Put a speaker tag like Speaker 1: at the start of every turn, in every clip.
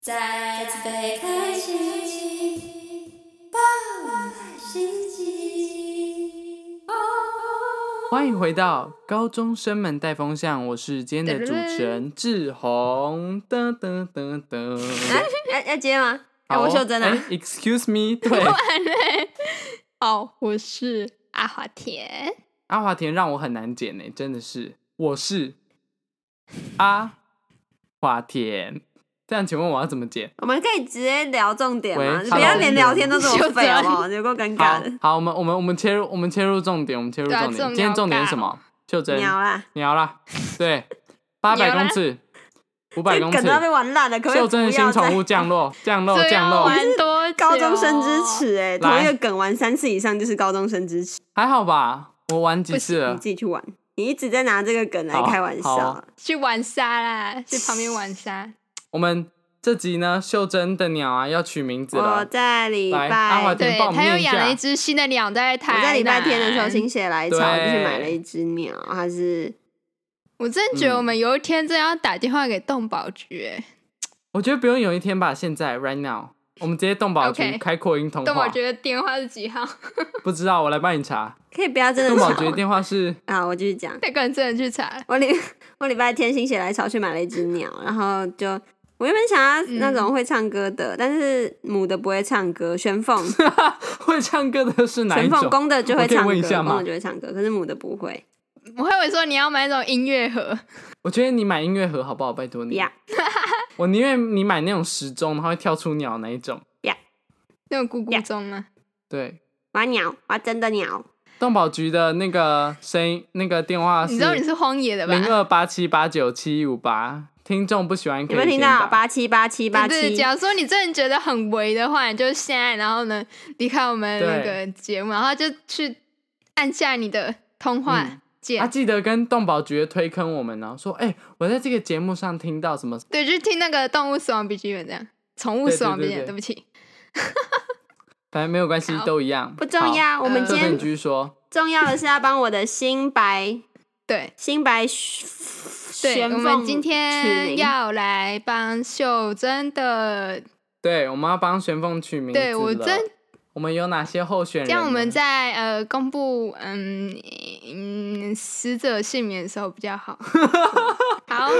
Speaker 1: 再次被开启，爆满心机。
Speaker 2: 哦
Speaker 3: 欢迎回到高中生们带风向，我是今天的主持人 志宏。噔噔噔噔，
Speaker 2: 要要接吗？哎、
Speaker 3: 好
Speaker 2: 我秀珍啊，
Speaker 3: 哎 Excuse me，对，
Speaker 4: 哦，我是阿华田，
Speaker 3: 阿华田让我很难剪呢、真的是，我是阿华田。这样，请问我要怎么剪？
Speaker 2: 我们可以直接聊重点吗？
Speaker 3: 喂
Speaker 2: 不要连聊天都这么废好
Speaker 4: ，Hello
Speaker 2: 不好？有够尴
Speaker 3: 好
Speaker 2: 尬的。
Speaker 3: 好，我们我们我们切入我们切入重点，我们切入
Speaker 4: 对啊
Speaker 3: 重
Speaker 4: 这
Speaker 3: 点。
Speaker 4: 种
Speaker 3: 今天重点是什
Speaker 4: 鸟
Speaker 3: 么？秀珍
Speaker 2: 鸟啊啦，
Speaker 3: 鸟啦，对，八百
Speaker 4: 鸟啦
Speaker 3: 公尺，五百
Speaker 2: 这
Speaker 3: 公
Speaker 2: 梗都要被
Speaker 3: 尺，
Speaker 2: 玩烂了，可不可以
Speaker 3: 秀
Speaker 2: 不
Speaker 3: 珍的新
Speaker 2: 要
Speaker 3: 宠
Speaker 2: 再
Speaker 3: 物降落，降 落，
Speaker 4: 这
Speaker 3: 降
Speaker 4: 要
Speaker 3: 落，
Speaker 4: 玩多久
Speaker 2: 高中生之，耻哎、
Speaker 3: 来
Speaker 2: 同一个梗玩三次以上就是高中生之耻，
Speaker 3: 还好吧？我玩几次
Speaker 2: 你
Speaker 3: 了
Speaker 2: 自？己去玩。你一直在拿这个梗来
Speaker 3: 好
Speaker 2: 开玩
Speaker 3: 好
Speaker 2: 笑，
Speaker 4: 去玩沙啦，去旁边玩沙。
Speaker 3: 我们这集呢，秀珍的鸟啊要取名字
Speaker 2: 我
Speaker 3: 了。
Speaker 2: 在礼
Speaker 3: 来阿华
Speaker 2: 拜，
Speaker 3: 田
Speaker 4: 哦对
Speaker 3: 帮我，们
Speaker 4: 他又
Speaker 3: 念一
Speaker 4: 养了
Speaker 3: 下
Speaker 4: 一只新的鸟在台
Speaker 2: 我
Speaker 4: 南。
Speaker 2: 在礼拜天的时候心血来潮，
Speaker 3: 对
Speaker 2: 就去买了一只鸟，它是
Speaker 4: 我真的觉得我们有一天真的要打电话给动保局、哎
Speaker 3: 我觉得不用有一天吧，现在 right now，我们直接动保局
Speaker 4: OK
Speaker 3: 开扩音通
Speaker 4: 动保
Speaker 3: 话。
Speaker 4: 局的电话是几号？
Speaker 3: 不知道，我来帮你查。
Speaker 2: 可以不要真
Speaker 3: 动
Speaker 2: 的
Speaker 3: 保
Speaker 2: 吵
Speaker 3: 局的电话是
Speaker 2: 啊！我继续讲，
Speaker 4: 那个人真的去查了。
Speaker 2: 我礼 我礼拜天心血来潮去买了一只鸟，然后就我原本想要那
Speaker 3: 嗯
Speaker 2: 种会唱歌的，但是母的不会唱歌，玄凤
Speaker 3: 会唱歌的是 哪一
Speaker 2: 玄凤
Speaker 3: 种？
Speaker 2: 公的就会
Speaker 3: 我可以
Speaker 2: 唱歌，
Speaker 3: 问一下吗
Speaker 2: 公的就会唱歌，可是母的不会
Speaker 4: 我还以为说你要买那种音乐盒，
Speaker 3: 我觉得你买音乐盒好不好？拜托你。
Speaker 2: 呀。
Speaker 3: 我宁愿你买那种时钟，然后会跳出鸟那一种。
Speaker 4: 那种咕咕钟啊吗？
Speaker 3: 对，
Speaker 2: 我要鸟，我要真的鸟，
Speaker 3: 动保局的那个声音，那个电啊话是
Speaker 4: 你知道你是荒野的吧？
Speaker 3: 零二八七八九七一五八。听众不喜欢可
Speaker 2: 有没有
Speaker 3: 以
Speaker 2: 听
Speaker 3: 先打
Speaker 2: 到？八七八七八
Speaker 4: 对对，
Speaker 2: 七，
Speaker 4: 假如说你真的觉得很违的话，你就现在，然后呢离开我们那
Speaker 3: 对
Speaker 4: 个节目，然后就去按下你的通话
Speaker 3: 嗯
Speaker 4: 键，
Speaker 3: 啊，记得跟动保局的推坑我们哦，说哎、我在这个节目上听到什么，
Speaker 4: 对，就听那个动物死亡笔记本这样，宠物死亡笔记
Speaker 3: 对对对
Speaker 4: 本，
Speaker 3: 对
Speaker 4: 对不起，
Speaker 3: 反正没有关系，
Speaker 4: 好
Speaker 3: 都一样。
Speaker 2: 不重要。我们
Speaker 4: 嗯
Speaker 3: 好。
Speaker 2: 今
Speaker 3: 秀珍，你
Speaker 2: 天
Speaker 3: 继续说。
Speaker 2: 重要的是要帮我的新白
Speaker 4: 对
Speaker 2: 新白
Speaker 4: 对，
Speaker 2: 玄
Speaker 4: 我
Speaker 2: 凤
Speaker 4: 们今
Speaker 2: 取
Speaker 4: 天
Speaker 2: 名
Speaker 4: 要来帮秀珍的，
Speaker 3: 对，我们要帮玄凤取名字了。
Speaker 4: 对我真
Speaker 3: 我们有哪些候选人
Speaker 4: 这
Speaker 3: 呢？
Speaker 4: 样我们在呃公布嗯嗯死者姓名的时候比较好。好，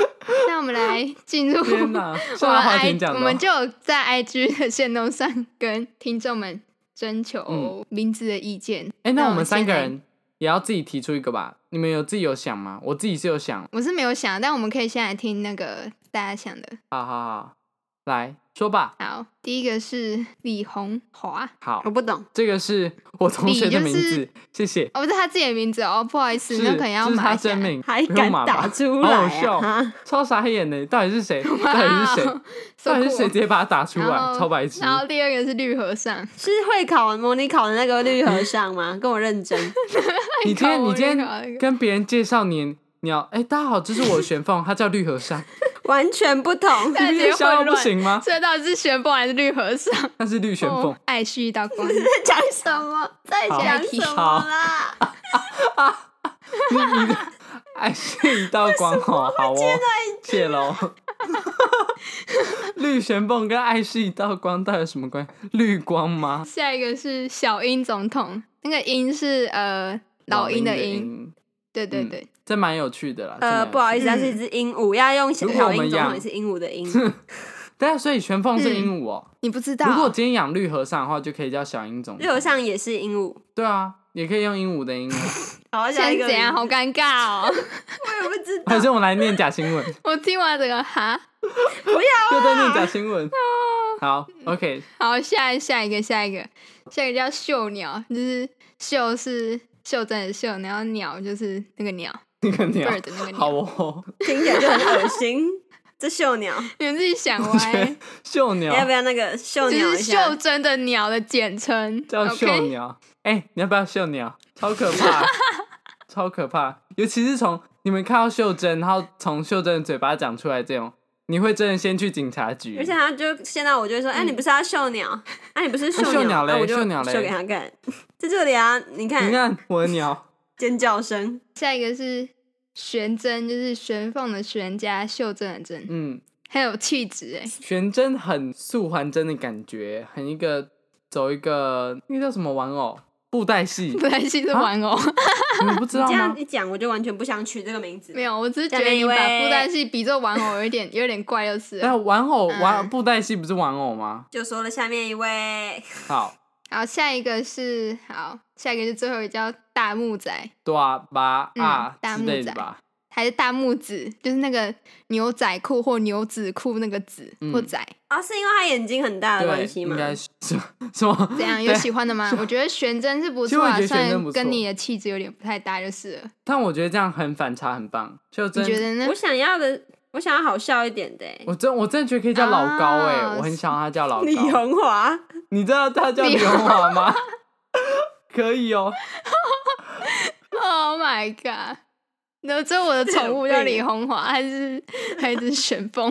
Speaker 4: 那我们来进入
Speaker 3: 天 哪，是
Speaker 4: 我们
Speaker 3: 阿华
Speaker 4: I
Speaker 3: 田讲的哦
Speaker 4: 我们就有在 IG 的线动上跟听众们征求
Speaker 3: 嗯
Speaker 4: 名字的意见。
Speaker 3: 哎、那我们
Speaker 4: 先
Speaker 3: 三个
Speaker 4: 来，
Speaker 3: 人也要自己提出一个吧？你们有自己有想吗？我自己是有想。
Speaker 4: 我是没有想，但我们可以先来听那个大家想的。
Speaker 3: 好好好，来说吧。
Speaker 4: 好，第一个是李红华，
Speaker 3: 好
Speaker 2: 我，不懂，
Speaker 3: 这个是我同学的名字，谢谢。
Speaker 4: 哦，不是他自己的名字哦，不好意思，
Speaker 3: 是，
Speaker 4: 那可能要
Speaker 3: 这是
Speaker 4: 码
Speaker 3: 他
Speaker 4: 一下
Speaker 3: 真。名，
Speaker 2: 还
Speaker 3: 不用
Speaker 2: 敢
Speaker 3: 码
Speaker 2: 打
Speaker 3: 吧？
Speaker 2: 出
Speaker 3: 好好
Speaker 2: 来
Speaker 3: 笑，
Speaker 2: 啊？
Speaker 3: 超傻眼的，到底是谁？到底是谁？
Speaker 4: 哇
Speaker 3: 到底
Speaker 4: 酷
Speaker 3: 是谁直接把它打出
Speaker 4: 然
Speaker 3: 来？
Speaker 4: 后
Speaker 3: 超白痴！
Speaker 4: 然后第二个是绿和尚，
Speaker 2: 是会考模拟考的那个绿和尚吗？跟我认真。
Speaker 3: 你今天
Speaker 4: 我
Speaker 3: 你今
Speaker 4: 那个那
Speaker 3: 天
Speaker 4: 个
Speaker 3: 跟别人介绍你你要哎、大家好，这是我的玄凤，他叫绿和尚，
Speaker 2: 完全不同。
Speaker 3: 你不
Speaker 4: 大家
Speaker 3: 是
Speaker 4: 直接
Speaker 3: 笑
Speaker 4: 混
Speaker 3: 到不
Speaker 4: 乱。
Speaker 3: 行吗？
Speaker 4: 所以到底是玄凤还是绿和尚？
Speaker 3: 那是绿玄凤
Speaker 4: 哦，爱是一道 光。
Speaker 2: 在讲什么？在
Speaker 3: 好
Speaker 2: 讲什么啦？
Speaker 3: 哎，是一道光哦，好哦，谢喽。 绿玄凤跟爱是一道光，到底有什么关系？绿光吗？
Speaker 4: 下一个是小英总统，那个英是呃老鹰的鹰，
Speaker 3: 鹰，
Speaker 4: 对对
Speaker 3: 嗯
Speaker 4: 对，
Speaker 3: 这蛮有趣的啦。这蛮有
Speaker 2: 呃，
Speaker 3: 趣
Speaker 2: 不好意思，它是一只鹦鹉，要用小
Speaker 3: 如果我
Speaker 2: 小
Speaker 3: 们
Speaker 2: 鹰总
Speaker 3: 养
Speaker 2: 统也是鹦鹉的鹰。
Speaker 3: 对啊，所以玄凤是
Speaker 2: 嗯
Speaker 3: 鹦鹉哦。
Speaker 4: 你不知道？
Speaker 3: 如果今天养绿和尚的话，就可以叫小鹰总。
Speaker 2: 右上也是鹦鹉。
Speaker 3: 对啊，也可以用鹦鹉的鹦 鹉。
Speaker 2: 好，
Speaker 4: 现
Speaker 2: 下
Speaker 4: 在
Speaker 2: 一个
Speaker 4: 怎样？好
Speaker 2: 名字
Speaker 4: 尴尬哦！
Speaker 2: 我也不知道
Speaker 3: 还。是我们来念假 新闻，
Speaker 4: 我听完这个哈，
Speaker 3: 又在念假 新闻。
Speaker 2: 啊
Speaker 3: 好，OK，
Speaker 4: 好，下一下一个下一个下一个叫秀鸟，就是秀是秀珍的秀，然后鸟就是那个鸟
Speaker 3: 那个鸟，
Speaker 4: bird 的那个
Speaker 3: 好
Speaker 4: 鸟，
Speaker 3: 哦，
Speaker 2: 听起来就很恶心。这秀鸟，
Speaker 4: 你们自己想
Speaker 3: 我觉
Speaker 4: 歪
Speaker 3: 得，秀鸟
Speaker 2: 你要不要那个秀
Speaker 4: 就
Speaker 2: 鸟
Speaker 4: 是
Speaker 2: 一下
Speaker 4: 秀？珍的鸟的简称，
Speaker 3: 叫秀
Speaker 4: OK？
Speaker 3: 鸟。哎、你要不要秀鸟？超可 怕，超可怕！尤其是从你们看到秀珍，然后从秀珍的嘴巴讲出来这种，你会真的先去警察局
Speaker 2: 而。且他就现在我就会说，哎，你不是要秀鸟？哎，你不是
Speaker 3: 秀鸟
Speaker 2: 鸟？
Speaker 3: 嘞
Speaker 2: 啊我就
Speaker 3: 秀鸟嘞
Speaker 2: 秀给他看，在这里啊，你
Speaker 3: 你
Speaker 2: 看
Speaker 3: 看我的鸟，
Speaker 2: 尖叫声。
Speaker 4: 下一个是玄真，就是玄凤的玄加秀珍的珍，
Speaker 3: 嗯，
Speaker 4: 很有气质哎，
Speaker 3: 玄真很素还真的感觉，很一个走一个那叫什么玩偶布袋 戏，
Speaker 4: 不太是玩偶。
Speaker 3: 啊你们不知道
Speaker 2: 这样
Speaker 3: 吗？
Speaker 2: 一讲，我就完全不想取这个名字。
Speaker 4: 没有，我只是觉
Speaker 2: 下
Speaker 4: 得
Speaker 2: 面
Speaker 4: 你把
Speaker 2: 一位
Speaker 4: 布袋戏比作玩偶，有一点有点怪，就是了。
Speaker 3: 那玩偶玩
Speaker 4: 嗯
Speaker 3: 布袋戏不是玩偶吗？
Speaker 2: 就说了下面一位，
Speaker 3: 好，
Speaker 4: 好，下一个是好，下一个是最后一个叫大木仔，
Speaker 3: 对啊，吧
Speaker 4: 嗯
Speaker 3: 啊
Speaker 4: 大
Speaker 3: 之
Speaker 4: 木
Speaker 3: 类的
Speaker 4: 仔
Speaker 3: 吧。
Speaker 4: 还是大木子，就是那个牛仔裤或牛仔裤那个子、
Speaker 3: 嗯
Speaker 4: 或仔，
Speaker 2: 哦，是因为他眼睛很嗯大的
Speaker 3: 对
Speaker 2: 关，系吗
Speaker 3: 应？该是 什么什么？
Speaker 4: 怎 样？有
Speaker 3: 对
Speaker 4: 喜欢的吗？我觉得玄真是不
Speaker 3: 其实
Speaker 4: 错
Speaker 3: 我
Speaker 4: 啊
Speaker 3: 也，觉
Speaker 4: 虽
Speaker 3: 得玄真不
Speaker 4: 然
Speaker 3: 错
Speaker 4: 跟你的气质有点不太搭，就是了。
Speaker 3: 但我觉得这样很反差，很棒。秀
Speaker 4: 你
Speaker 3: 珍，
Speaker 4: 觉得呢
Speaker 2: 我？想要的，我想要好笑一点的欸。
Speaker 3: 我真我真的觉得可以叫老高哎、
Speaker 4: 啊
Speaker 3: 我很想要他 叫老高。
Speaker 2: 李荣华，
Speaker 3: 你知道他叫
Speaker 4: 李
Speaker 3: 李荣华吗？ 可以哦，
Speaker 4: Oh my god！那这我的宠 物叫李红华，还是还是旋风？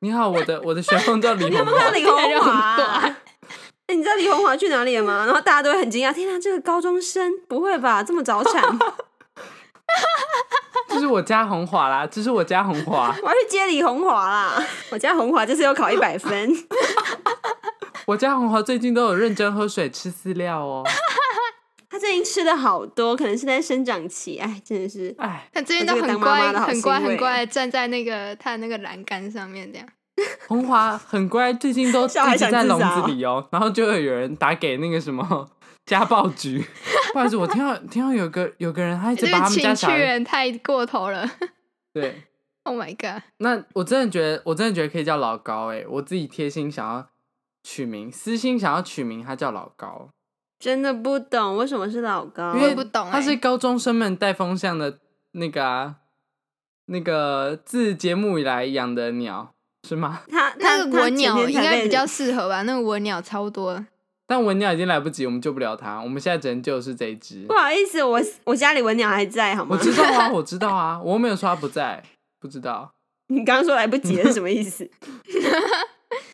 Speaker 3: 你好，我的我的旋风叫李
Speaker 2: 你有
Speaker 3: 红
Speaker 2: 没有看
Speaker 3: 华
Speaker 2: 到。李荣华
Speaker 4: 看起来就很
Speaker 2: 啊？哎， 你知道李红华去哪里了吗？然后大家都会很惊讶，天啊，这个高中生不会吧，这么早产，
Speaker 3: 这是我家红华啦，这是我家红华，
Speaker 2: 我要去接李红华啦！我家红华这次又考一百分，
Speaker 3: 我家红华最近都有认真喝水、吃饲料哦。
Speaker 2: 他最近吃的好多，可能是在生长期，哎，真的是
Speaker 3: 哎，
Speaker 4: 他最近
Speaker 2: 我
Speaker 4: 都
Speaker 2: 这个当
Speaker 4: 很
Speaker 2: 妈
Speaker 4: 乖，
Speaker 2: 妈的好
Speaker 4: 很乖，
Speaker 3: 啊
Speaker 2: 欣慰
Speaker 4: 很乖，站在那个他的那个栏杆上面这样。
Speaker 3: 红华很乖，最近都一
Speaker 2: 小孩
Speaker 3: 直
Speaker 2: 想
Speaker 3: 在
Speaker 2: 自
Speaker 3: 笼
Speaker 2: 杀
Speaker 3: 子里哦。然后就会有人打给那个什么 家暴局，不好意思，我听到听到有个有个人他一直
Speaker 4: 这
Speaker 3: 把
Speaker 4: 个
Speaker 3: 他们家
Speaker 4: 情
Speaker 3: 小
Speaker 4: 趣
Speaker 3: 孩
Speaker 4: 人太过头了
Speaker 3: 对。
Speaker 4: ！Oh my god！
Speaker 3: 那我真的觉得，我真的觉得可以叫老高哎、我自己贴心想要取名，私心想要取名，他叫老高，
Speaker 2: 真的不懂为什么是老高
Speaker 3: 因，
Speaker 4: 也
Speaker 3: 为
Speaker 4: 不懂欸
Speaker 3: 他是高中生们带风向的那个啊，那个自节目以来养的鸟是吗？
Speaker 2: 他他
Speaker 4: 那个文
Speaker 2: 他
Speaker 4: 鸟
Speaker 2: 前天
Speaker 4: 应
Speaker 2: 才
Speaker 4: 该
Speaker 2: 被
Speaker 4: 比较适合吧？那个文鸟超多，
Speaker 3: 但文鸟已经来不及，我们救不了它，我们现在只能救的是这一只
Speaker 2: 不。好意思，我我家里文鸟还在好
Speaker 3: 我
Speaker 2: 吗？
Speaker 3: 知道 啊，我知道啊，我又没有说它不在，不知道，
Speaker 2: 你刚刚说来不及了 是什么意思？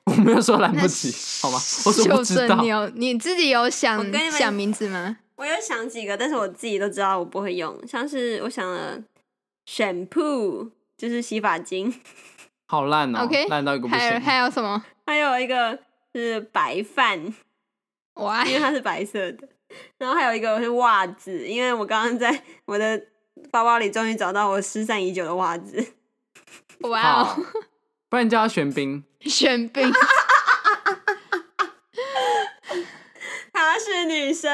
Speaker 3: 我没有说来
Speaker 4: 那
Speaker 3: 不及，好 吗？我说不
Speaker 4: 秀
Speaker 3: 知
Speaker 4: 珍
Speaker 3: 道，
Speaker 4: 鸟，你自己有
Speaker 2: 我
Speaker 4: 想
Speaker 2: 跟你们
Speaker 4: 想名字吗？
Speaker 2: 我有想几个，但是我自己都知道我不会用，像是我想了 shampoo，就是洗发精，
Speaker 3: 好烂哦、
Speaker 4: OK，
Speaker 3: 烂到一个不
Speaker 4: 还有
Speaker 3: 行。
Speaker 4: 还有什么
Speaker 2: 还有一个是白饭，
Speaker 4: 哇
Speaker 2: 因为它是白色的，然后还有一个是袜子，因为我刚刚在我的包包里终于找到我失散已久的袜子。
Speaker 4: 哇
Speaker 3: 好
Speaker 4: 哦，，
Speaker 3: 不然叫它玄彬。
Speaker 4: 玄 彬
Speaker 2: 她是女生，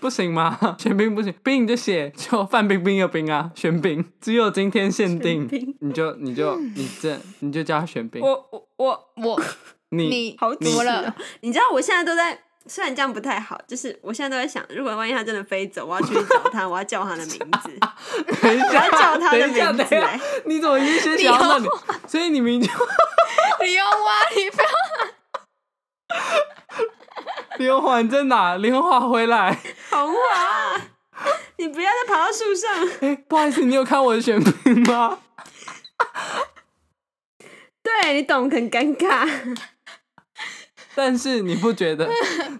Speaker 3: 不行吗？ 玄彬不行，冰你就写就范冰冰的冰啊，玄 彬只有今天限定
Speaker 2: 玄彬，哦
Speaker 3: 你就你就你这你就叫他玄彬，
Speaker 2: 我我我
Speaker 4: 我
Speaker 3: 你
Speaker 4: 你
Speaker 2: 好
Speaker 4: 怎么
Speaker 2: 耻哦
Speaker 4: 了？
Speaker 2: 你知道我现在都在，虽然这样不太好，就是我现在都在想，如果万一他真的飞走，我要去找他，我要叫他的名字，
Speaker 3: 等一
Speaker 2: 我要
Speaker 3: 下
Speaker 2: 叫他的
Speaker 3: 等一下
Speaker 2: 名
Speaker 3: 等一
Speaker 2: 字
Speaker 3: 下
Speaker 2: 来。，
Speaker 3: 你怎么就先想到
Speaker 4: 你
Speaker 3: 你？所以你明就
Speaker 4: 你要挖你不要
Speaker 3: 刘环在哪？刘华回来，
Speaker 2: 红华， 你不要再爬到树上。
Speaker 3: 哎，不好意思，你有看我的玄彬吗？
Speaker 2: 对你懂，很尴尬。
Speaker 3: 但是你不 觉得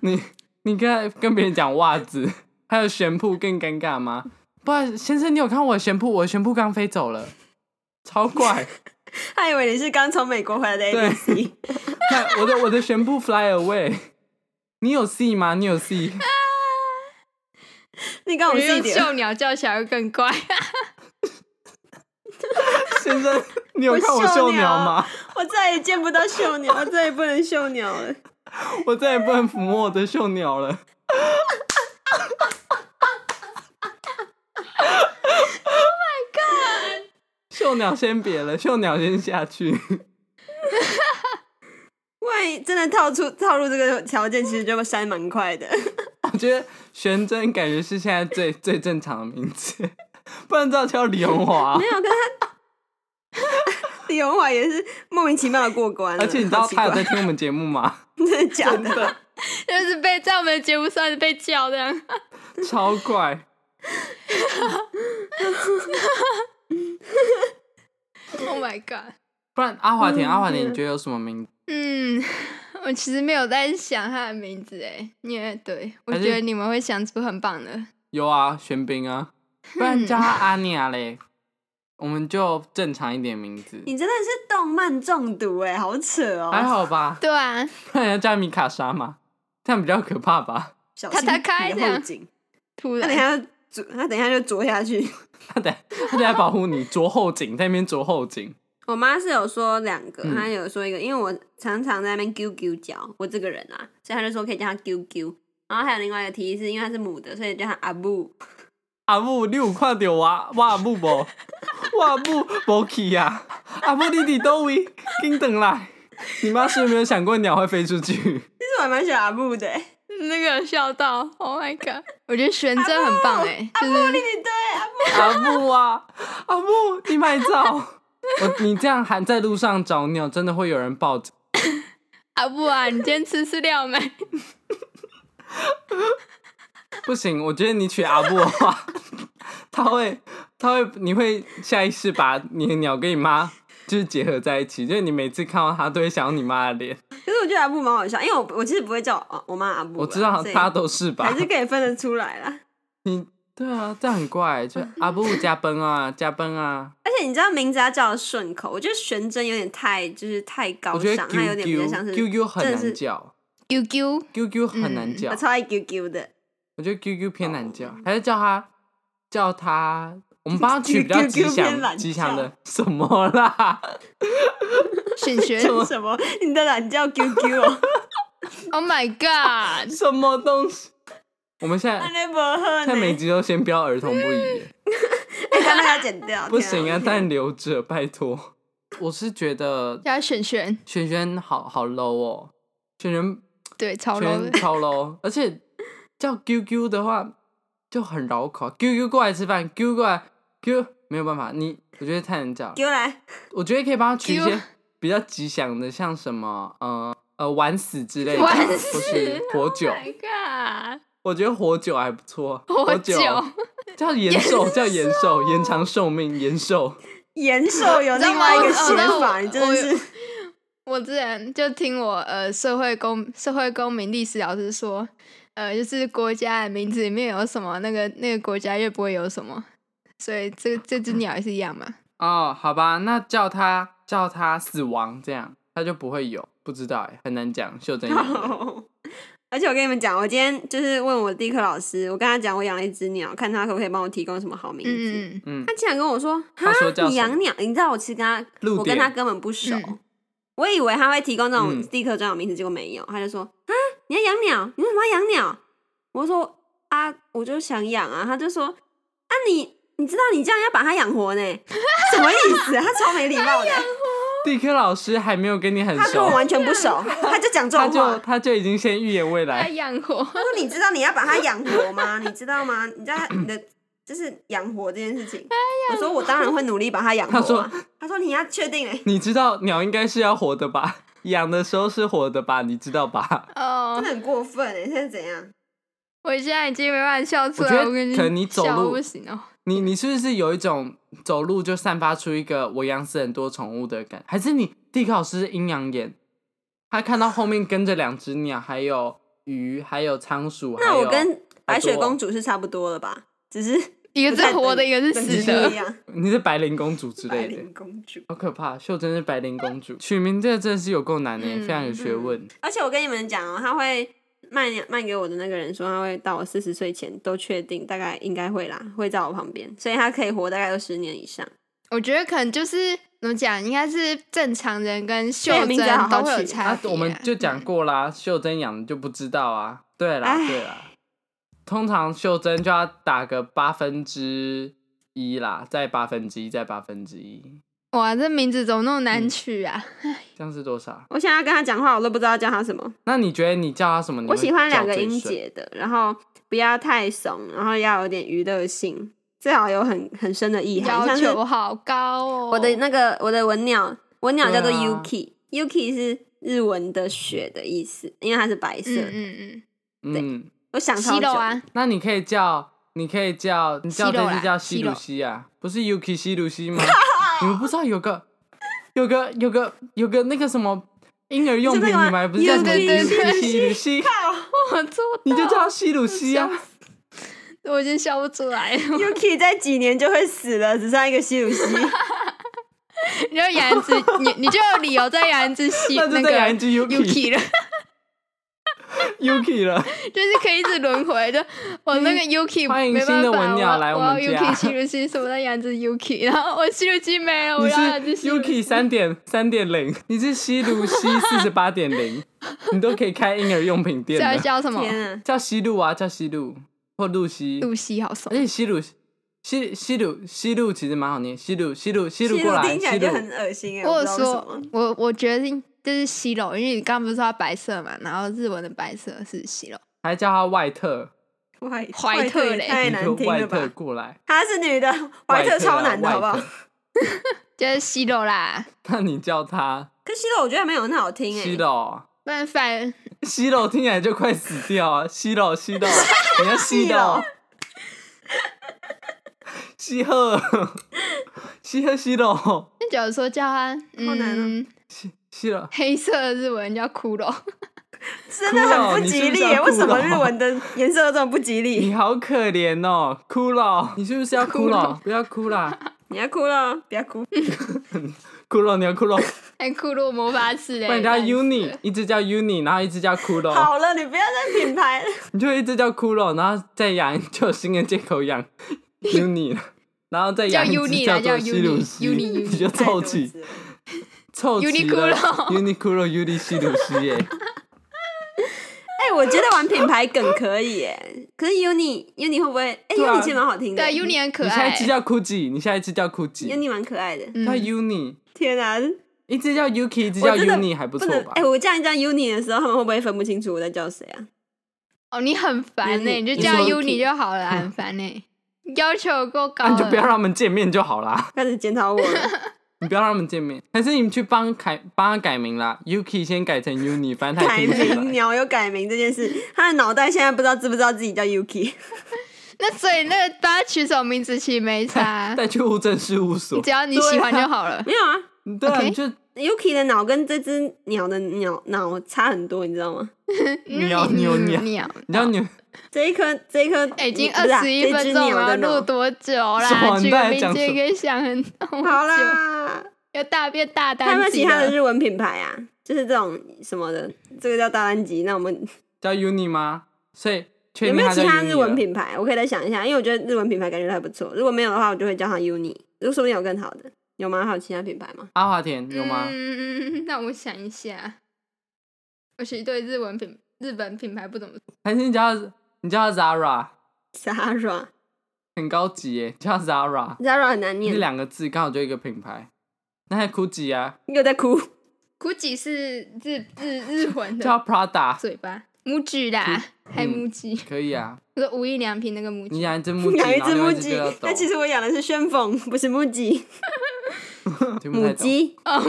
Speaker 3: 你你刚才跟别人讲袜子还有玄铺更尴尬吗？不好意思，先生，你有看我的玄铺？我的玄铺刚飞走了，超怪。
Speaker 2: 他以为你是刚从美国回来的 ABC。
Speaker 3: 看我的我的全部 fly away。你有 C 吗？你有 C？
Speaker 2: 你刚我
Speaker 4: 我
Speaker 2: 是一
Speaker 4: 用
Speaker 2: 点，
Speaker 4: 秀鸟叫起来会更乖。
Speaker 3: 先生，你有看我秀鸟吗？
Speaker 2: 我再也见不到秀鸟，我再也不能秀鸟了。
Speaker 3: 我再也不能抚摸我的秀鸟了。 秀鸟先别了，秀鸟先下去。
Speaker 2: 万一真的套出套入这个条件，其实就删蛮快的。
Speaker 3: 我觉得玄真感觉是现在最最正常的名字，不然照叫李荣华
Speaker 2: 没。有跟他， 李荣华也是莫名其妙的过关了。
Speaker 3: 而且你知道
Speaker 2: 好奇怪
Speaker 3: 他有在听我们节目吗？
Speaker 2: 真的假的？
Speaker 4: 就是被在我们的节目上被叫这样。
Speaker 3: 超怪。
Speaker 4: Oh my god！
Speaker 3: 不然阿华
Speaker 2: 嗯
Speaker 3: 田，阿华田，你觉得有什么名字？
Speaker 4: 嗯，我其实没有在想他的名字哎，因为对我
Speaker 3: 还是
Speaker 4: 觉得你们会想出很棒的。
Speaker 3: 有啊，玄彬啊，不然叫他阿尼亚嘞。我们就正常一点名字，
Speaker 2: 你真的是动漫中毒哎，好扯哦！
Speaker 3: 还好吧？
Speaker 4: 对啊，
Speaker 3: 不然要叫米卡莎嘛，这样比较可怕吧？
Speaker 2: 小心
Speaker 4: 他他开
Speaker 2: 你
Speaker 4: 这
Speaker 2: 的后
Speaker 4: 样
Speaker 2: 颈，
Speaker 4: 突
Speaker 2: 他等
Speaker 4: 然
Speaker 2: 一下就啄，他等一下就啄下去。
Speaker 3: 他得他得来保护你，着后颈，在那边着后颈。
Speaker 2: 我妈是有说两个，
Speaker 3: 嗯
Speaker 2: 她有说一个，因为我常常在那边啾啾叫，我这个人啊，所以她就说可以叫她啾啾。然后还有另外一个提议是，因为她是母的，所以叫她阿布。
Speaker 3: 阿母，你有看到我我阿母无？我阿母无去啊！阿母你伫倒位？紧转来！你妈是不是没有想过鸟会飞出去？
Speaker 2: 其实我还蛮喜欢阿布的欸，
Speaker 4: 那个笑到，Oh my god！我觉得玄真很棒 哎，就是
Speaker 2: 对对，阿布
Speaker 3: 阿母啊，阿母，你买照！我你这样喊在路上找鸟，真的会有人抱着。
Speaker 4: 阿布啊，你今天吃饲料 没？
Speaker 3: 不行，我觉得你娶阿布的话， 他会他会你会下意识把你的鸟跟你妈就是结合在一起，就是你每次看到他都会想到你妈的脸。
Speaker 2: 可是我觉得阿布蛮好笑，因为我我其实不会叫我我妈阿布啦，啊
Speaker 3: 我知道
Speaker 2: 所以
Speaker 3: 大家都是吧？
Speaker 2: 还是可以分得出来啦。
Speaker 3: 你对啊，这样很怪， 就阿布加班啊，加班啊，
Speaker 2: 而且你知道名字要叫的顺口，我觉得玄真有点太就是太
Speaker 3: 我
Speaker 2: 高
Speaker 3: 觉得
Speaker 2: 尚，它有
Speaker 3: Q
Speaker 2: 点比较像
Speaker 3: Q
Speaker 2: 是
Speaker 3: Q Q 很
Speaker 2: 真的是
Speaker 3: 难叫
Speaker 4: 啾啾，
Speaker 3: ，Q Q 很难
Speaker 4: 嗯
Speaker 3: 叫
Speaker 2: 我，超爱 QQ 的，
Speaker 3: 我觉得 Q Q 偏难叫，
Speaker 2: 哦
Speaker 3: 还是叫他叫他，我们帮他取比较
Speaker 2: QQ
Speaker 3: 吉
Speaker 2: 偏
Speaker 3: 祥
Speaker 2: 懒
Speaker 3: 吉祥的
Speaker 2: 叫
Speaker 3: 什么啦？
Speaker 4: 沈 璇
Speaker 2: 叫什么？你的懒叫 QQ 哦，
Speaker 4: ，Oh my god！
Speaker 3: 什么东西？我们现在
Speaker 2: 安内伯赫
Speaker 3: 现在每
Speaker 2: 呢？
Speaker 3: 集都先标儿童不宜
Speaker 4: 嗯
Speaker 3: 耶，
Speaker 2: 哎，刚刚要剪掉，
Speaker 3: 不
Speaker 2: 天
Speaker 3: 行啊，
Speaker 2: 天
Speaker 3: 但留着，拜托。我是觉得
Speaker 4: 叫沈璇，
Speaker 3: 璇璇好好 low 哦，璇璇
Speaker 4: 对，超 low 欸
Speaker 3: 全
Speaker 4: 的，
Speaker 3: 超 low，而且叫 QQ 的话就很绕口。QQ 过来吃饭，Q 过来，Q 没有办法，你我觉得太难叫了。
Speaker 2: 给我来，
Speaker 3: 我觉得可以帮他取一些
Speaker 4: Q
Speaker 3: 比较吉祥的，像什么呃呃玩死之类的，
Speaker 4: 玩
Speaker 3: 或是活久。
Speaker 4: ，Oh my god！
Speaker 3: 我觉得活久还不错，
Speaker 4: 活
Speaker 3: 久
Speaker 4: 久
Speaker 3: 叫延 寿，叫延寿，延长寿命，延寿。
Speaker 2: 延寿有另外一个写法，你真的是
Speaker 4: 我之前就听我呃社会公社会公民历史老师说，呃，就是国家的名字里面有什么，那个那个国家越不会有什么，所以这这只鸟也是一样嘛。
Speaker 3: 哦，好吧，那叫他叫他死亡，这样他就不会有，不知道哎，很难讲。秀珍也觉得，
Speaker 2: 而且我跟你们讲，我今天就是问我地科老师，我跟他讲我养了一只鸟，看他可不可以帮我提供什么好名字。
Speaker 4: 嗯嗯
Speaker 3: 嗯
Speaker 2: 他，竟然跟我说：“
Speaker 3: 他说叫
Speaker 2: 哈，你
Speaker 3: 什
Speaker 2: 养
Speaker 3: 么
Speaker 2: 鸟？”你知道我其实跟他，
Speaker 3: 陆
Speaker 2: 我跟
Speaker 3: 典
Speaker 2: 他根本不熟。
Speaker 4: 嗯
Speaker 2: 我以为他会提供这种
Speaker 3: 嗯
Speaker 2: 地科专有名词，结果没有。他就说：“啊，你要养鸟？你为什么要养鸟？”我说：“啊，我就想养啊。”他就说：“啊你，你知道你这样要把它养活呢？ 什么意思、啊？”他超没礼貌的，
Speaker 3: 地科老师还没有跟你很
Speaker 2: 他跟
Speaker 3: 熟
Speaker 2: 我，完全不熟，他就讲这
Speaker 3: 他
Speaker 2: 种
Speaker 3: 就
Speaker 2: 话。哎
Speaker 3: 他就已经先预言未
Speaker 4: 它
Speaker 3: 来。
Speaker 4: 养活，
Speaker 2: 他说：“你知道你要把它养活吗？你知道吗？你知道你的就是养活这件事情。”我说：“我当然会努力把它养活、
Speaker 3: 他
Speaker 2: 啊。”
Speaker 3: 说
Speaker 2: 他说：“你要确定嘞。”
Speaker 3: 你知道鸟应该是要活的吧？ 养的时候是活的吧？你知道吧？
Speaker 4: 哦
Speaker 2: 真的，很过分哎！现在怎样？
Speaker 4: 我现在已经没办法笑出
Speaker 3: 我觉
Speaker 4: 来，
Speaker 3: 得
Speaker 4: 我跟
Speaker 3: 可能你走
Speaker 4: 笑
Speaker 3: 路
Speaker 4: 不行哦。
Speaker 3: 你你是不是有一种走路就散发出一个我养死很多宠物的感？还是你地科老师是阴阳眼？他看到后面跟着两只鸟，还有鱼，还有仓鼠。
Speaker 2: 那
Speaker 3: 还
Speaker 2: 我
Speaker 3: 有啊
Speaker 2: 跟白雪公
Speaker 3: 主，
Speaker 2: 主是差不多了吧？只 是
Speaker 4: 一个
Speaker 2: 不太
Speaker 4: 是活的，
Speaker 2: 对
Speaker 4: 一个是
Speaker 2: 等
Speaker 4: 死
Speaker 2: 级
Speaker 4: 的
Speaker 2: 不一。样。
Speaker 3: 你是白灵公主之
Speaker 2: 白
Speaker 3: 类的，
Speaker 2: 灵公主。
Speaker 3: 好可怕！秀珍是白灵公主，取名这个真的是有够难的，
Speaker 4: 嗯
Speaker 3: 非常有学问。
Speaker 2: 而且我跟你们讲哦，他会卖卖给我的那个人说，他会到我四十岁前都确定，大概应该会啦，会在我旁边，所以他可以活大概二十年以上。
Speaker 4: 我觉得可能就是怎么讲，应该是正常人跟秀
Speaker 2: 这个
Speaker 4: 珍
Speaker 2: 名字好好
Speaker 4: 都会有
Speaker 2: 取
Speaker 4: 差
Speaker 3: 啊，
Speaker 4: 别啊。
Speaker 3: 我们就讲过啦，秀珍养的就不知道啊。对啦，
Speaker 2: 唉
Speaker 3: 对啦，通常秀珍就要打个八分之一啦，再八分之一，再八分之一，
Speaker 4: 哇，这名字怎么那么
Speaker 3: 嗯
Speaker 4: 难取啊？
Speaker 3: 这样是多少？
Speaker 2: 我想要跟他讲话，我都不知道叫他什么。
Speaker 3: 那你觉得你叫它什么？你
Speaker 2: 我
Speaker 3: 会
Speaker 2: 喜欢两
Speaker 3: 叫
Speaker 2: 个
Speaker 3: 最
Speaker 2: 音
Speaker 3: 顺。
Speaker 2: 节的，然后不要太怂，然后要有点娱乐性，最好有很很深的意涵，
Speaker 4: 要
Speaker 2: 像是
Speaker 4: 求好高哦！
Speaker 2: 我的那个我的文鸟，文鸟叫做
Speaker 3: 对啊
Speaker 2: Yuki，Yuki、是日文的雪的意思，因为它是白色的。
Speaker 4: 嗯嗯
Speaker 3: 嗯，
Speaker 2: 我想
Speaker 4: 嗯，
Speaker 2: 超
Speaker 4: 西
Speaker 2: 久，
Speaker 4: 楼啊，
Speaker 3: 那你可以叫，你可以叫，你叫
Speaker 4: 西鲁
Speaker 3: 这
Speaker 4: 啦
Speaker 3: 只叫西
Speaker 4: 西哎
Speaker 3: 鲁
Speaker 4: 鲁
Speaker 3: 西啊，不是 Yuki 西鲁西 吗？你们不知道有个，有个，有个，有个那个什么婴儿用
Speaker 2: 你
Speaker 3: 品
Speaker 2: 知道
Speaker 3: 品
Speaker 2: 吗
Speaker 3: 牌，不是叫什么
Speaker 4: Yuki
Speaker 3: Yuki 西鲁西，
Speaker 4: 我做
Speaker 3: 你就叫它西鲁西啊。
Speaker 4: 我已经笑不出来 了。
Speaker 2: Yuki 在几年就会死了，只剩下一个西鲁西。
Speaker 4: 你就养一只，你你就有理由再养一只西
Speaker 3: 那就再
Speaker 4: 个
Speaker 3: 养一只 Yuki
Speaker 4: Yuki 了，
Speaker 3: Yuki 了，
Speaker 4: 就是可以一直轮回。就我 那个 Yuki
Speaker 3: 欢迎
Speaker 4: 没办
Speaker 3: 新的
Speaker 4: 法，
Speaker 3: 文鸟来
Speaker 4: 我
Speaker 3: 我们
Speaker 4: 要
Speaker 3: 家
Speaker 4: Yuki 西鲁西什么再养一只 Yuki，然后我西鲁西没 了，我
Speaker 3: 你
Speaker 4: 要养一只西
Speaker 3: 是
Speaker 4: 鲁西
Speaker 3: Yuki 三点三点零，你是西鲁 西四十八点零，你都可以开婴儿用品店
Speaker 4: 这要
Speaker 3: 了，
Speaker 4: 叫什么？
Speaker 2: 天啊！
Speaker 3: 叫西路啊，叫西路或露西，
Speaker 4: 露西好熟
Speaker 3: 而，且哎西鲁西西鲁西路其实蛮好念，西鲁西路
Speaker 2: 西
Speaker 3: 西路过来，
Speaker 2: 听起来
Speaker 3: 西
Speaker 2: 就
Speaker 3: 路
Speaker 2: 很恶心哎、
Speaker 4: 我
Speaker 2: 我
Speaker 4: 有
Speaker 2: 不知道为什
Speaker 4: 说
Speaker 2: 么，
Speaker 4: 我我决定就是西楼，因为你刚刚不是说它白色嘛，然后日文的白色是西楼，
Speaker 3: 还叫他外特，
Speaker 2: 怀
Speaker 4: 怀特
Speaker 2: 特也
Speaker 4: 嘞
Speaker 2: 太
Speaker 3: 你
Speaker 2: 难
Speaker 3: 说
Speaker 2: 听
Speaker 3: 外
Speaker 2: 了
Speaker 3: 特
Speaker 2: 吧？
Speaker 3: 过来，
Speaker 2: 她是女的，怀特
Speaker 3: 啊
Speaker 2: 超难的，好不？好
Speaker 3: 外？特
Speaker 4: 就是西楼啦。
Speaker 3: 那你叫他
Speaker 2: 可西楼我觉得没有很好听哎、
Speaker 3: 西楼，
Speaker 4: 不然反
Speaker 3: 西楼听起来就快死掉啊！西楼西楼，你要西楼
Speaker 2: 楼，
Speaker 3: 西鹤，西鹤西楼，
Speaker 4: 那假如说叫它，
Speaker 2: 好难哦
Speaker 4: 嗯，
Speaker 3: 西西楼，
Speaker 4: 黑色的日文叫骷髅，
Speaker 2: 真的很不吉利、欸。
Speaker 3: 骷髅
Speaker 2: 为
Speaker 3: 你是
Speaker 2: 什
Speaker 3: 不
Speaker 2: 么
Speaker 3: 是要
Speaker 2: 日文的颜色都这么不吉利
Speaker 3: 你？好可怜哦，哭了，你是不是要哭了？不要哭啦，
Speaker 2: 你要哭了，不要
Speaker 3: 哦
Speaker 2: 哭。
Speaker 3: 哭了你要哭了，
Speaker 4: 还骷髅魔法师嘞，
Speaker 3: 不然你叫
Speaker 4: 烂死
Speaker 3: Uni，
Speaker 4: 了
Speaker 3: 一只叫 Uni，然后一只叫骷髅。
Speaker 2: 好了，你不要再品 牌了。
Speaker 3: 你就一直叫骷髅，然后再养就有新的借 口养 uni 了，然后再养
Speaker 4: 叫
Speaker 3: 一
Speaker 4: uni
Speaker 3: 只
Speaker 4: 啦
Speaker 3: 叫做
Speaker 4: 叫
Speaker 3: 西鲁
Speaker 4: uni，
Speaker 3: 西，
Speaker 4: uni，uni
Speaker 3: 你就
Speaker 2: 太
Speaker 3: 凑
Speaker 2: 多
Speaker 3: 齐
Speaker 2: 字了
Speaker 3: 凑齐了 uni 骷髅 uni 西鲁西 耶，
Speaker 2: 哎、我觉得玩品牌梗可以耶、可是 Uni Uni 会不会？哎、
Speaker 3: 对啊
Speaker 2: Uni 其实蛮好听的、
Speaker 4: 对，Uni 很可
Speaker 3: 你下
Speaker 4: 爱
Speaker 3: 一，只叫 Gucci，你下一只叫 Gucci，
Speaker 2: Uni 蛮可爱的。
Speaker 4: 嗯
Speaker 3: 叫 uni，
Speaker 2: 天啊，
Speaker 3: 一只叫 Yuki，一只
Speaker 2: 我
Speaker 3: 叫
Speaker 2: 真的
Speaker 3: uni 还不
Speaker 2: 不
Speaker 3: 错
Speaker 2: 能！
Speaker 3: 吧
Speaker 2: 哎、？我这样叫 Uni 的时候，他们会不会分不清楚我在叫谁啊？
Speaker 4: 哦，你很烦呢，
Speaker 2: Uni，
Speaker 4: 你就
Speaker 3: 你
Speaker 4: 叫
Speaker 3: 说
Speaker 4: Uni 就好了，很烦呢，要求够高
Speaker 3: 那啊
Speaker 4: 了，
Speaker 2: 呃
Speaker 3: 你就不要让他们见面就好啦，
Speaker 2: 开始检讨我了。
Speaker 3: 你不要让他们见面，还是你去帮改帮他改名啦，Yuki 先改成 uni，反正他
Speaker 2: 改
Speaker 3: 也听不出
Speaker 2: 名，
Speaker 3: 来。
Speaker 2: 鸟有改名这件事，他的脑袋现在不知道知不知道自己叫 Yuki。
Speaker 4: 那所以那个帮他取什么名字其实没 差，
Speaker 3: 再去物证事务所，
Speaker 4: 只要你喜欢
Speaker 3: 对啊
Speaker 4: 就好 了。
Speaker 2: 没有啊
Speaker 3: 对啊，
Speaker 4: OK
Speaker 3: 你就
Speaker 2: ，Yuki 的脑跟这只鸟的鸟脑差很多，你知道吗？
Speaker 3: 喵
Speaker 4: 嗯
Speaker 3: 喵 喵
Speaker 4: 喵。
Speaker 3: 你知道你
Speaker 2: 这一颗这一颗
Speaker 4: 哎已经
Speaker 2: 不
Speaker 4: 二
Speaker 2: 是啊
Speaker 4: 十一
Speaker 2: 这
Speaker 4: 分
Speaker 2: 只
Speaker 4: 钟，
Speaker 2: 鸟
Speaker 4: 了，
Speaker 2: 的
Speaker 4: 录
Speaker 2: 脑。
Speaker 4: 多久
Speaker 3: 什
Speaker 4: 啦？
Speaker 3: 么
Speaker 4: 举
Speaker 3: 你
Speaker 4: 个
Speaker 3: 到底
Speaker 4: 名
Speaker 3: 讲
Speaker 4: 字
Speaker 3: 什
Speaker 4: 也
Speaker 3: 么
Speaker 4: 可以想很多。
Speaker 2: 好，啦，
Speaker 4: 要大便大
Speaker 2: 还有没
Speaker 4: 单
Speaker 2: 有
Speaker 4: 机
Speaker 2: 其他的
Speaker 4: 了。
Speaker 2: 日文品牌啊？就是这种什么的，这个叫大单集。那我们
Speaker 3: 叫 Uni 吗？所以确
Speaker 2: 有
Speaker 3: 定
Speaker 2: 没有
Speaker 3: 它
Speaker 2: 其
Speaker 3: 叫
Speaker 2: 他
Speaker 3: Uni 啊
Speaker 2: 日文
Speaker 3: 了
Speaker 2: 品牌？我可以再想一下，因为我觉得日文品牌感觉还不错。如果没有的话，我就会叫它 Uni。如果说不定有更好的，有吗？还有其他品牌吗？
Speaker 3: 阿华田有吗？
Speaker 4: 嗯，让我想一下。我其实对日文品日本品牌不怎么，
Speaker 3: 还是你叫它你叫它 Zara，
Speaker 2: Zara
Speaker 3: 很高级耶，叫它 Zara，
Speaker 2: Zara 很难
Speaker 3: 这
Speaker 2: 念，
Speaker 3: 两个字刚好就一个品牌。那还 Gucci 啊，
Speaker 2: 又在哭。
Speaker 4: 估计是日日日文
Speaker 3: 叫
Speaker 4: 的
Speaker 3: 它 Prada
Speaker 4: 嘴巴母鸡啦，还母鸡。
Speaker 3: 可以啊。
Speaker 2: 嗯
Speaker 4: 我说无印良品那个母
Speaker 3: 你
Speaker 4: 鸡，
Speaker 3: 养一只木鸡，
Speaker 2: 养一
Speaker 3: 然后
Speaker 2: 只
Speaker 3: 另
Speaker 2: 木
Speaker 3: 外一只
Speaker 2: 鸡
Speaker 3: 就叫，
Speaker 2: 但其实我养的是旋风，不是木鸡，
Speaker 3: 斗听不
Speaker 2: 母
Speaker 3: 太懂。
Speaker 2: 鸡。
Speaker 3: 哦，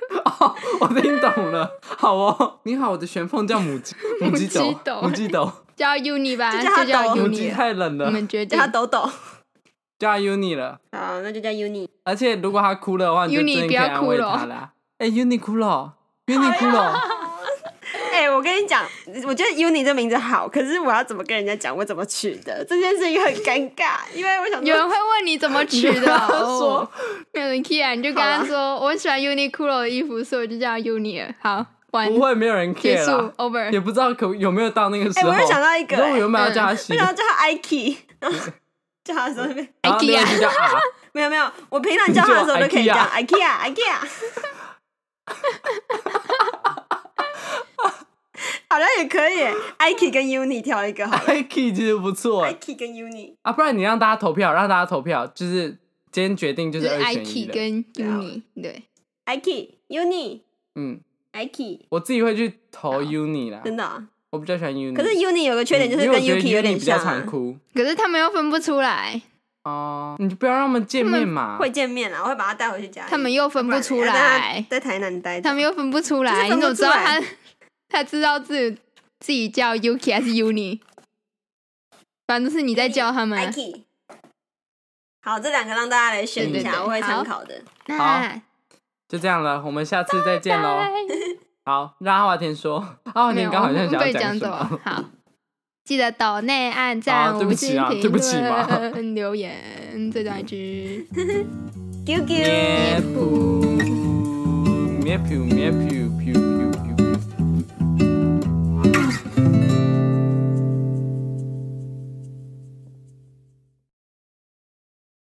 Speaker 3: 我听懂了，好哦。你好，我的玄凤叫 母鸡，母鸡斗
Speaker 4: 母鸡斗，
Speaker 3: 母鸡斗，
Speaker 4: 叫 Uni 吧，
Speaker 2: 就叫它
Speaker 4: 就叫
Speaker 2: 抖
Speaker 3: 母
Speaker 4: Uni
Speaker 3: 鸡
Speaker 4: 了。
Speaker 3: 太冷
Speaker 4: 你
Speaker 3: 了，
Speaker 4: 们决
Speaker 2: 叫
Speaker 4: 定
Speaker 2: 它。抖抖。
Speaker 3: 叫它 Uni 了。
Speaker 2: 好，那就叫 Uni。
Speaker 3: 而且如果它哭了的话，你就真的
Speaker 4: Uni，不
Speaker 3: 可以
Speaker 4: 要
Speaker 3: 安
Speaker 4: 哭
Speaker 3: 慰
Speaker 4: 了
Speaker 3: 它啦。哎，Uni 哭了，Uni 哭了。哦
Speaker 2: 哎、我跟你讲，我觉得 Uni 这名字好，可是我要怎么跟人家讲我怎么取的？这件事情很尴尬，因为我想
Speaker 4: 有啊
Speaker 2: 说，
Speaker 4: 人会问你怎么取 的哦
Speaker 3: 说，
Speaker 4: 没有人 key 啊，你就跟他说我很喜欢 Uniqlo 的衣服，所以我就叫 Uni 了。好，完
Speaker 3: 不会没有人
Speaker 4: 结
Speaker 3: care
Speaker 4: 束
Speaker 3: 啦，也
Speaker 4: over。
Speaker 3: 不知道可有没有到那个时候。
Speaker 2: 哎我又想到一个嗯
Speaker 3: 你知道我原本要叫 他
Speaker 2: 我
Speaker 3: 西，
Speaker 2: 想要叫他 Ike，然后叫他的时候没
Speaker 3: 然后另外一个叫啊，
Speaker 2: 没有没有，我平常叫啊他的时候都可以
Speaker 3: 就
Speaker 2: 这样
Speaker 3: IKEA
Speaker 2: ，IKEA IKEA，好像也可以耶，Ike 跟 Uni 挑一个好了
Speaker 3: Nike 其实不错
Speaker 2: ，Ike 跟 Uni，
Speaker 3: 啊，不然你让大家投票，让大家投票，就是今天决定就
Speaker 4: 就是是
Speaker 3: 二选一啊
Speaker 4: Ike
Speaker 3: 的。
Speaker 4: 跟 Uni 对，
Speaker 2: Ike Uni
Speaker 3: 嗯，
Speaker 2: Ike，
Speaker 3: 我自己会去投 Uni 啦，
Speaker 2: 真的啊、
Speaker 3: 我比较喜欢 Uni。
Speaker 2: 可是 Uni 有个缺点就是
Speaker 3: 嗯因为
Speaker 2: 跟
Speaker 3: 我觉得
Speaker 2: Yuki 有点
Speaker 3: 比较
Speaker 2: 像、
Speaker 3: 常
Speaker 2: 啊，
Speaker 3: 哭
Speaker 4: 可是他们又分不出
Speaker 3: 哎
Speaker 4: 来，
Speaker 3: 哦，你就不要让他们见面嘛。
Speaker 2: 会见面啊，我会把他带回去家里。
Speaker 4: 他们又分不出
Speaker 3: 哎
Speaker 2: 然让
Speaker 4: 来
Speaker 2: 他，在台南待着。
Speaker 4: 他们又分不出来，
Speaker 2: 就是分
Speaker 4: 你怎么
Speaker 2: 不
Speaker 4: 知
Speaker 2: 出
Speaker 4: 道
Speaker 2: 来
Speaker 4: 他他知道自己自己叫 Yuki 还是 Uni？反正是你在叫他们啊。
Speaker 2: Ike，好，这两个让大家来选一
Speaker 3: 对对
Speaker 2: 下，
Speaker 4: 对
Speaker 2: 我会
Speaker 4: 好
Speaker 2: 参考的。
Speaker 4: 那
Speaker 3: 就这样了，我们下次再见喽。
Speaker 4: 拜
Speaker 3: 好，让阿华田说，阿华
Speaker 4: 没
Speaker 3: 田
Speaker 4: 有，
Speaker 3: 刚好
Speaker 4: 我
Speaker 3: 像
Speaker 4: 们
Speaker 3: 想
Speaker 4: 被
Speaker 3: 要讲 什
Speaker 4: 讲走了
Speaker 3: 么。
Speaker 4: 好。记得抖内按赞、
Speaker 3: 啊对
Speaker 4: 五
Speaker 3: 不起
Speaker 4: 星
Speaker 3: 啊
Speaker 4: 评
Speaker 3: 对不起嘛
Speaker 4: 论、 留言，最短一句。
Speaker 2: 啾啾。
Speaker 3: 咩噗咩噗咩噗噗噗。